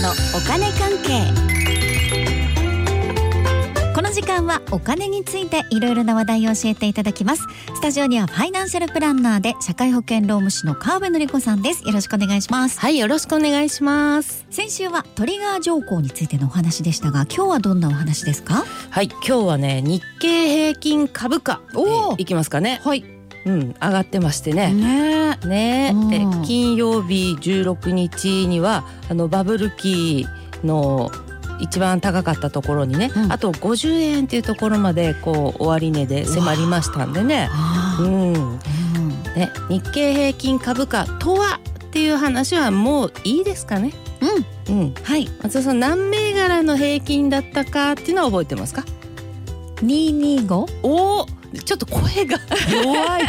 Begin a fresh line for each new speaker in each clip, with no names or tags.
のお金関係この時間はお金についていろいろな話題を教えていただきますスタジオにはファイナンシャルプランナーで社会保険労務士の川辺典子さんですよろしくお願いします
はい、よろしくお願いします。
先週はトリガー条項についてのお話でしたが今日はどんなお話ですか
はい、今日はね、日経平均株価。
おー
えーいきますかね。
はい
うん、上がってましてね。
ね
ね
うん
えー金曜日16日には、あのバブル期の。一番高かったところにね、
うん
あと50円っていうところまでこう終値で迫りましたんでね。
あ
う
ー
ん、ね、日経平均株価とはっていう話はもういいですかね。
うん、
うん、
はい
松田さん何銘柄の平均だったかっていうのは覚えてますか
225
おおちょっと声が 弱い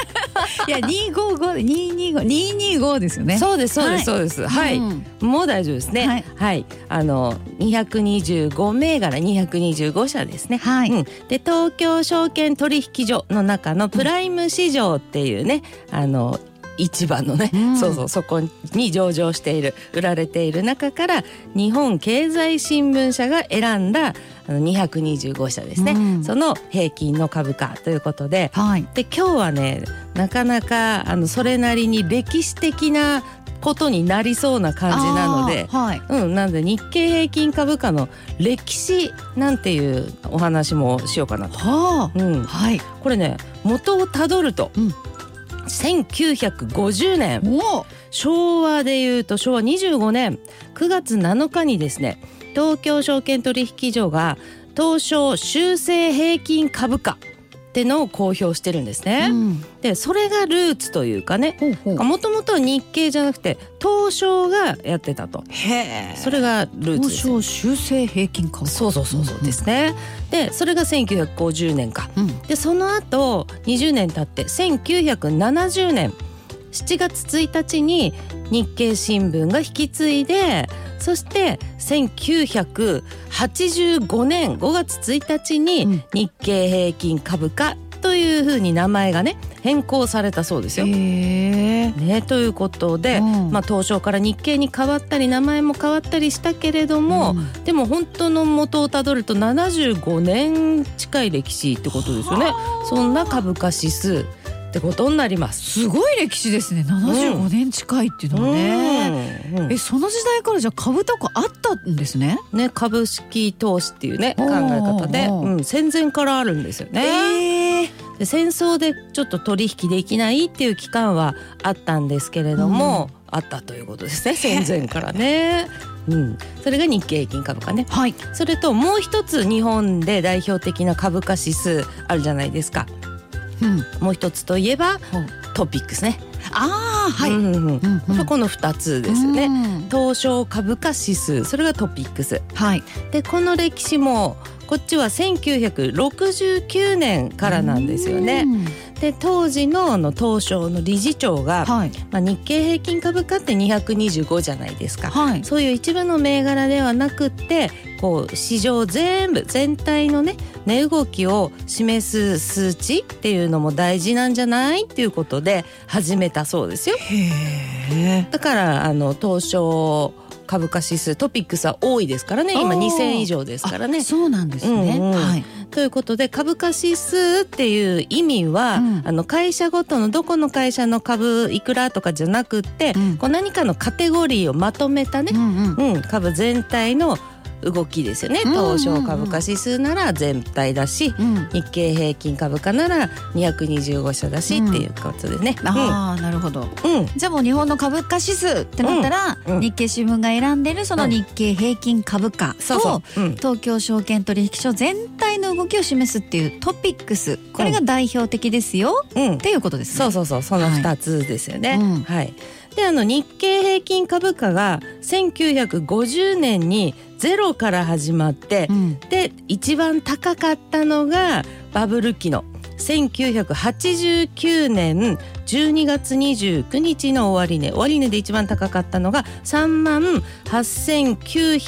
いや二五五二二五二二五ですよね
そうですそうです
は
そうですはい、
うん
もう大丈夫ですね
は
はいい、あの225銘柄225社ですね
はい、
うん、で東京証券取引所の中のプライム市場っていうね、あの市場のね、
うん
そうそうそこに上場している売られている中から日本経済新聞社が選んだあの225社ですね、
うん
その平均の株価ということで
はい
で今日はねなかなかあのそれなりに歴史的なことになりそうな感じなので
あーはい
うん、なんで日経平均株価の歴史なんていうお話もしようかなと。
は
うん、
はい
これね元をたどると、
うん
1950年
お
昭和でいうと昭和25年9月7日にですね東京証券取引所が東証修正平均株価ってのを公表してるんですね。
うん
でそれがルーツというかね
ほうほう
もともとは日経じゃなくて東証がやってたと
へえ
それがルーツ
交
です
渉修正平均株価
そうそうそうそう
うん
ですね。でそれが1950年か。
うん
でその後20年経って1970年7月1日に日経新聞が引き継いでそして1985年5月1
う
日に
ん
日経平均株価というふうに名前がね変更されたそうですよ。
へえ
ね、ということで、
うん
まあ、東証から日経に変わったり名前も変わったりしたけれども、
うん
でも本当の元をたどると75年近い歴史ってことですよねそんな株価指数ってことになります。
すごい歴史ですね75年近いっていうのはね、
うんうん
えその時代からじゃあ株高あったんですね
ね、株式投資っていうね
お
考え
ー
方で、
おー
うん、戦前からあるんですよね、
ええ
で戦争でちょっと取引できないっていう期間はあったんですけれども、あったということですね戦前から ね、うん、それが日経平均株価ね
はい
それともう一つ日本で代表的な株価指数あるじゃないですか
うん
もう一つといえ
は
ば
い
トピックスね。
ああはい、
うんうんうん
うんうん
そこの2つですよ
う
ね。
ん
東証株価指数それがトピックス
はい
でこの歴史もこっちは1969年からなんですよね
う。ん
で当時のあの東証の理事長が、
はい
まあ、日経平均株価って225じゃないですか。
はい
そういう一部の銘柄ではなくってこう市場全部全体のね値動きを示す数値っていうのも大事なんじゃないっていうことで始めたそうですよ
へえ
だからあの東証株価指数トピックスは多いですからね今
おー
2000以上ですからね。
そうなんですね、
うんうん
はい
ということで株価指数っていう意味は、
うん
あの会社ごとのどこの会社の株いくらとかじゃなくって、
うん
こう何かのカテゴリーをまとめたね
うんうん
うん、株全体の動きですよね
うんうんうん
東証株価指数なら全体だし
うん
日経平均株価なら225社だし
うん
っていうことでね。
ああなるほど
うんうん
じゃあもう日本の株価指数ってなったら、
うんうん
日経新聞が選んでるその
うん
日経平均株価と、
そうそう、うん、
東京証券取引所全体の動きを示すっていうトピックスこれが代表的ですよ
うん
っ、ていうことですね。
そうそうそうその2つですよね。
はい
はい、
うん
であの日経平均株価が1950年にゼロから始まって、
うん
で一番高かったのがバブル期の1989年12月29日の終値終値で一番高かったのが3万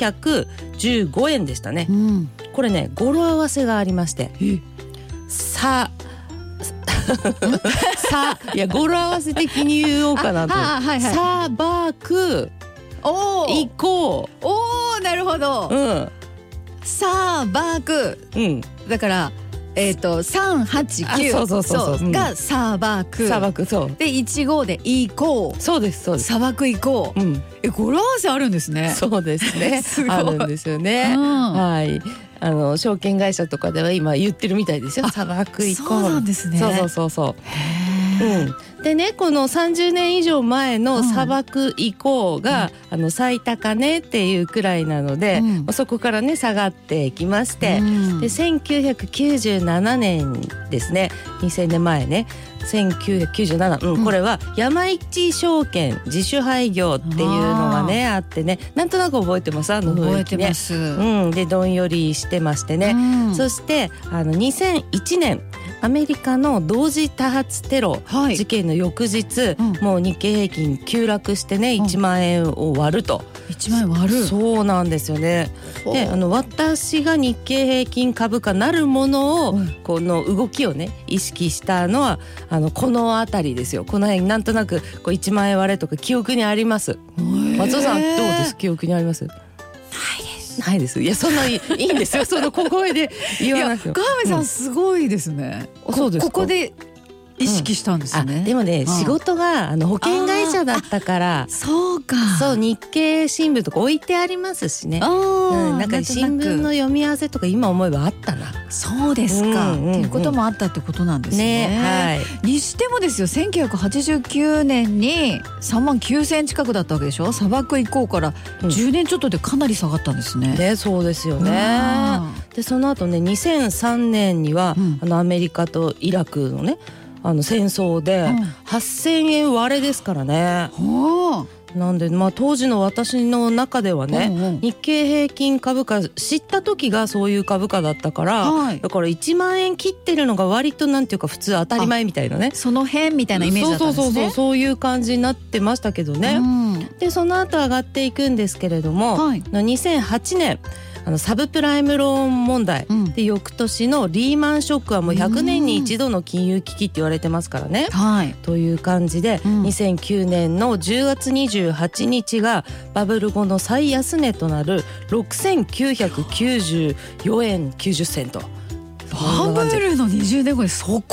8915円でしたね
うん
これね語呂合わせがありましてささいや語呂合わせ的に言おうかなと
ああはいはい
サーバーク
おー
行こ
おーなるほど、
ううん
さあバーク
うん
だからえっ、と三八
あ
九
そうそうそうそううん
がサーバーク
砂漠そう
で一号で行こう
そうですそうです
砂漠行こう
うん
え語呂合わせあるんですね。
そうですね
すごい
あるんですよ ね
うん
はいあの証券会社とかでは今言ってるみたいですよ
あ
砂漠行
そ
こ
う
う
なんですね。
そうそうそうそう
へー
うん、でねこの30年以上前
う
の
ん
砂漠以降が、あの最高値っていうくらいなので、
うん
まあそこからね下がっていきまして、
うん
で1997年ですね2000年前ね1997、うん
うん
これは山一証券自主廃業っていうのがねあってねなんとなく覚えてますあの
覚
雰囲
え
気
て
ね
ま。す。
うん、でどんよりしてましてね、
うん
そしてあの2001年アメリカの同時多発テロ
はい
事件の翌日、
うん
もう日経平均急落してね
うん
1万円を割ると、
一枚割る。
そうなんですよね。
ほう
であの私が日経平均株価なるものを、
うん
この動きをね意識したのはあのこの辺りですよこの辺なんとなくこう1万円割れとか記憶にあります。
へー
松尾さんどうです記憶にあります
ないです。
ないですいやそんないいいい んですよその小声で言
い
わ
や
なくても
川辺さ
うん
すごいですね。
あそうですか
ここで意識したんです
あ
ね。
でもね、
ん
仕事があの保険会社だったから
そうか。
そう
ね。
日経新聞とか置いてありますしね
あ、
う
ー
ん、なんか新聞の読み合わせとか今思えばあったな
そうですか、
うんうんうん
っていうこともあったってことなんですね。
ね
にしてもですよ1989年に3万9,000円近くだったわけでしょ砂漠行こうから
うん
10年ちょっとでかなり下がったんです
はい
ね。
ねそうですよね
ね
でその後ね2003年には、
うん
あのアメリカとイラクのねあの戦争で、
うん
8,000円割れですからね
ほう
なんで、まあ、当時の私の中ではね、
うんうん
日経平均株価知った時がそういう株価だったから、
はい
だから1万円切ってるのが割となんていうか普通当たり前みたいなね
その辺みたいなイメージだったんです
そうそうそうそ
ね
う。そういう感じになってましたけどね、
うん
でその後上がっていくんですけれども、
はい。
の2008年あのサブプライムローン問題、
うん
で翌年のリーマンショックはもう100年に
うん
一度の金融危機って言われてますからね。
はい。
という感じで、
うん
2009年の10月28日がバブル後の最安値となる6994円90銭と。
バブルの20年後にそこ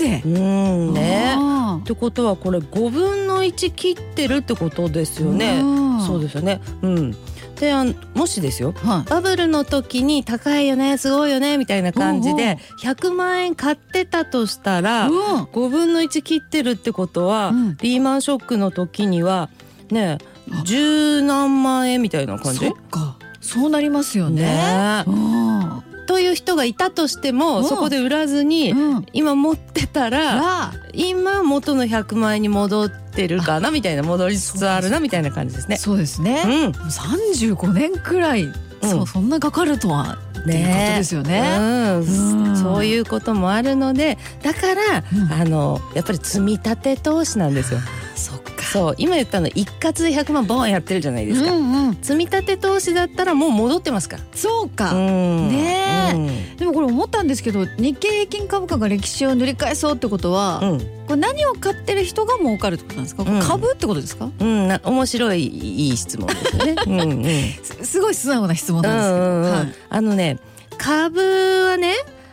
まで
う。んね。
あ
ってことはこれ5分の1切ってるってことです
ー。
よね。そう
で
ですよね。うん。であのもしですよ
す。はい。
バブルの時に高いよねすごいよねみたいな感じで100万円買ってたとしたら
うん
5分の1切ってるってことは、
うん
リーマンショックの時にはね十何万円みたいな感じ
そっか。そうなりますよね。
ね
うん。
という人がいたとして
う
も
ん
そこで売らずに
うん。
今持ってたら
が
今元の100万円に戻ってるかなみたいな戻りつつあるなみたいな感じですね。
そうですね。
うん
35年くらい、そうそんなかかるとはっていうことですよね。
うん
うん
そういうこともあるのでだから、
うん
あのやっぱり積み立て投資なんですよ。
そっか。
そう今言ったの一括で100万ボーンやってるじゃないですか。
うんうん。
積み立て投資だったらもう戻ってますか
そう
ら。
か。
ん
ねえ
え。
でもこれ思ったんですけど、日経平均株価が歴史を塗り替えそうってことは、
うん、
これ何を買ってる人が儲かるってことなんですか。
うん
株ってことですか。
うん、な面白いいい質問ですね。 うんうん。うんうん
すすごい素直な質問
う
なんですけど。
ん
は
あのね、株はね、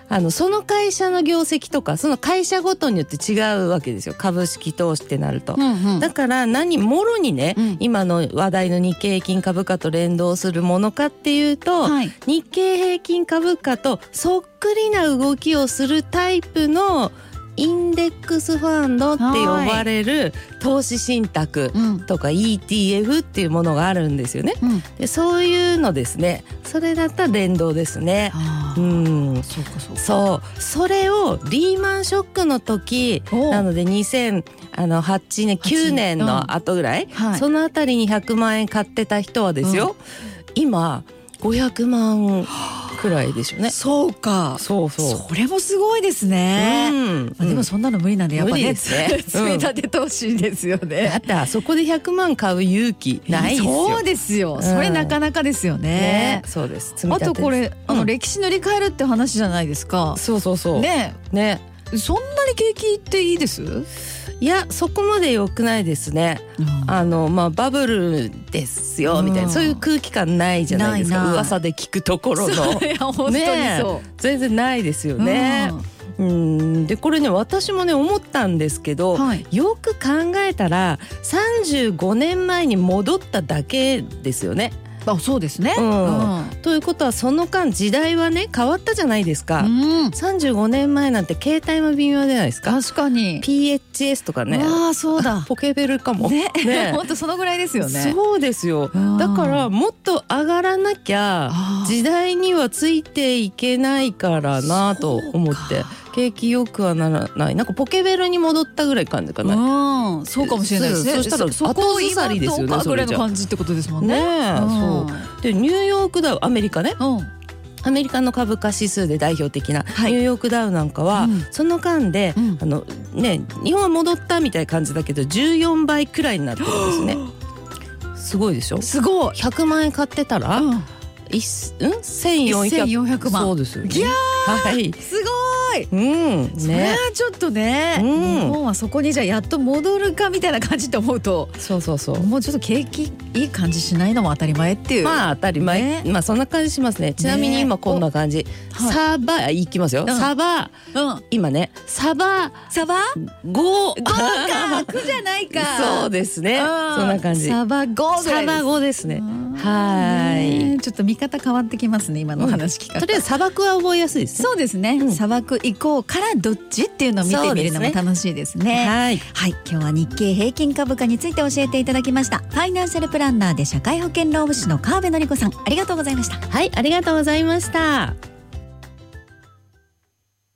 あのその会社の業績とかその会社ごとによって違うわけですよ。株式投資ってなると。
い。うんうん
だから何もろにね、
うん
今の話題の日経平均株価と連動するものかっていうと、
はい。
日経平均株価とそっくりな動きをするタイプのインデックスファンドって呼ばれる投資信託
うん。
とか ETF っていうものがあるんですよね。
うん。
でそういうのですね。それだったら連動ですね。
あ
う
ー
ん。
そうかそうか。
そう。それをリーマンショックの時、
お
なので2008年、9年の後ぐらい、
はい。
そのあたりに100万円買ってた人はですよ、今500万くらいでしょうね。
そうか。
そう
それもすごいですね。
ん
まあ、でもそんなの無理なんでやっぱ
無理
ね
です ねうん
積み立て投資ですよ
だ
ね。
ってあそこで100万買う勇気ないですよ。
そうですよ、それ
うん
なかなかですよね
ね。そうです。積み
あ
立て
とこ
です
れ、あ
う
の
ん
歴史塗り替えるって話じゃないですか。
そうそうそう。ね
ね、そんなに景気っていいです、
いやそこまで良くないですねあのまあバブルですよみたいな、
うん
そういう空気感ないじゃないですか
ないない
噂で聞くところ
そ
の
ういや本当にそ
全然ないですよ
う
ね。うんでこれね私もね思ったんですけ
うん
ど、
はい
よく考えたら35年前に戻っただけですよね。
あそうですね、
うんということはその間時代はね変わったじゃないですか。
うん
35年前なんて携帯も微妙じゃないですか。
確かに
PHS とかね
ああそうだ
ポケベルかも。
ね
ね
本当そのぐらいですよね
そうですよ。
うん
だからもっと上がらなきゃ
あー
時代にはついていけないからなと思って景気良くはならないなんかポケベルに戻ったぐらい感じかな。
うん、そうかもしれないですね。
そうしたら
そそこを
後ずさりですよね
今どうか
そ
ぐら
れ
い
じ
の
ゃ
感じってことですもん
ね
ね。
え、
うん
そうでニューヨークダウアメリカね
うん。
アメリカの株価指数で代表的なニ
は
ュ
い
ーヨークダウなんかは、
うん
その間で、
うん
あのね日本は戻ったみたいな感じだけど14倍くらいになってるんですねすごいでしょ
すごい。
100万円買ってたら、
うん
いっすうん1400
1400万。
そうですよ、ね。
いや
はい。
すごい。
うん。
それ
ね。
はちょっとね、
うん
日本はそこにじゃあやっと戻るかみたいな感じと思うと、
そうそうそう。
もうちょっと景気いい感じしないのも当たり前っていう。
まあ当たり前、まあそんな感じしますね。ちなみに今こんな感じ。
はい
サバいきますよ。
ん
サバ
うん。
今ねサバ
サバ？
五。
ゴーか。苦じゃないか。
そうですね。
うん
そんな感じ。
サバゴーぐら
サ
いです。
バ五ですね。は
ね
ーい。
えちょっと見方変わってきますね今のお話聞かれ
とりあえず砂漠は覚えやすいですね。
そうですね、
うん
砂漠行こうからどっちっていうのを見てみるのも楽しいですね
はい。
はい今日は日経平均株価について教えていただきましたファイナンシャルプランナーで社会保険労務士の川辺典子さんありがとうございました
はいありがとうございました。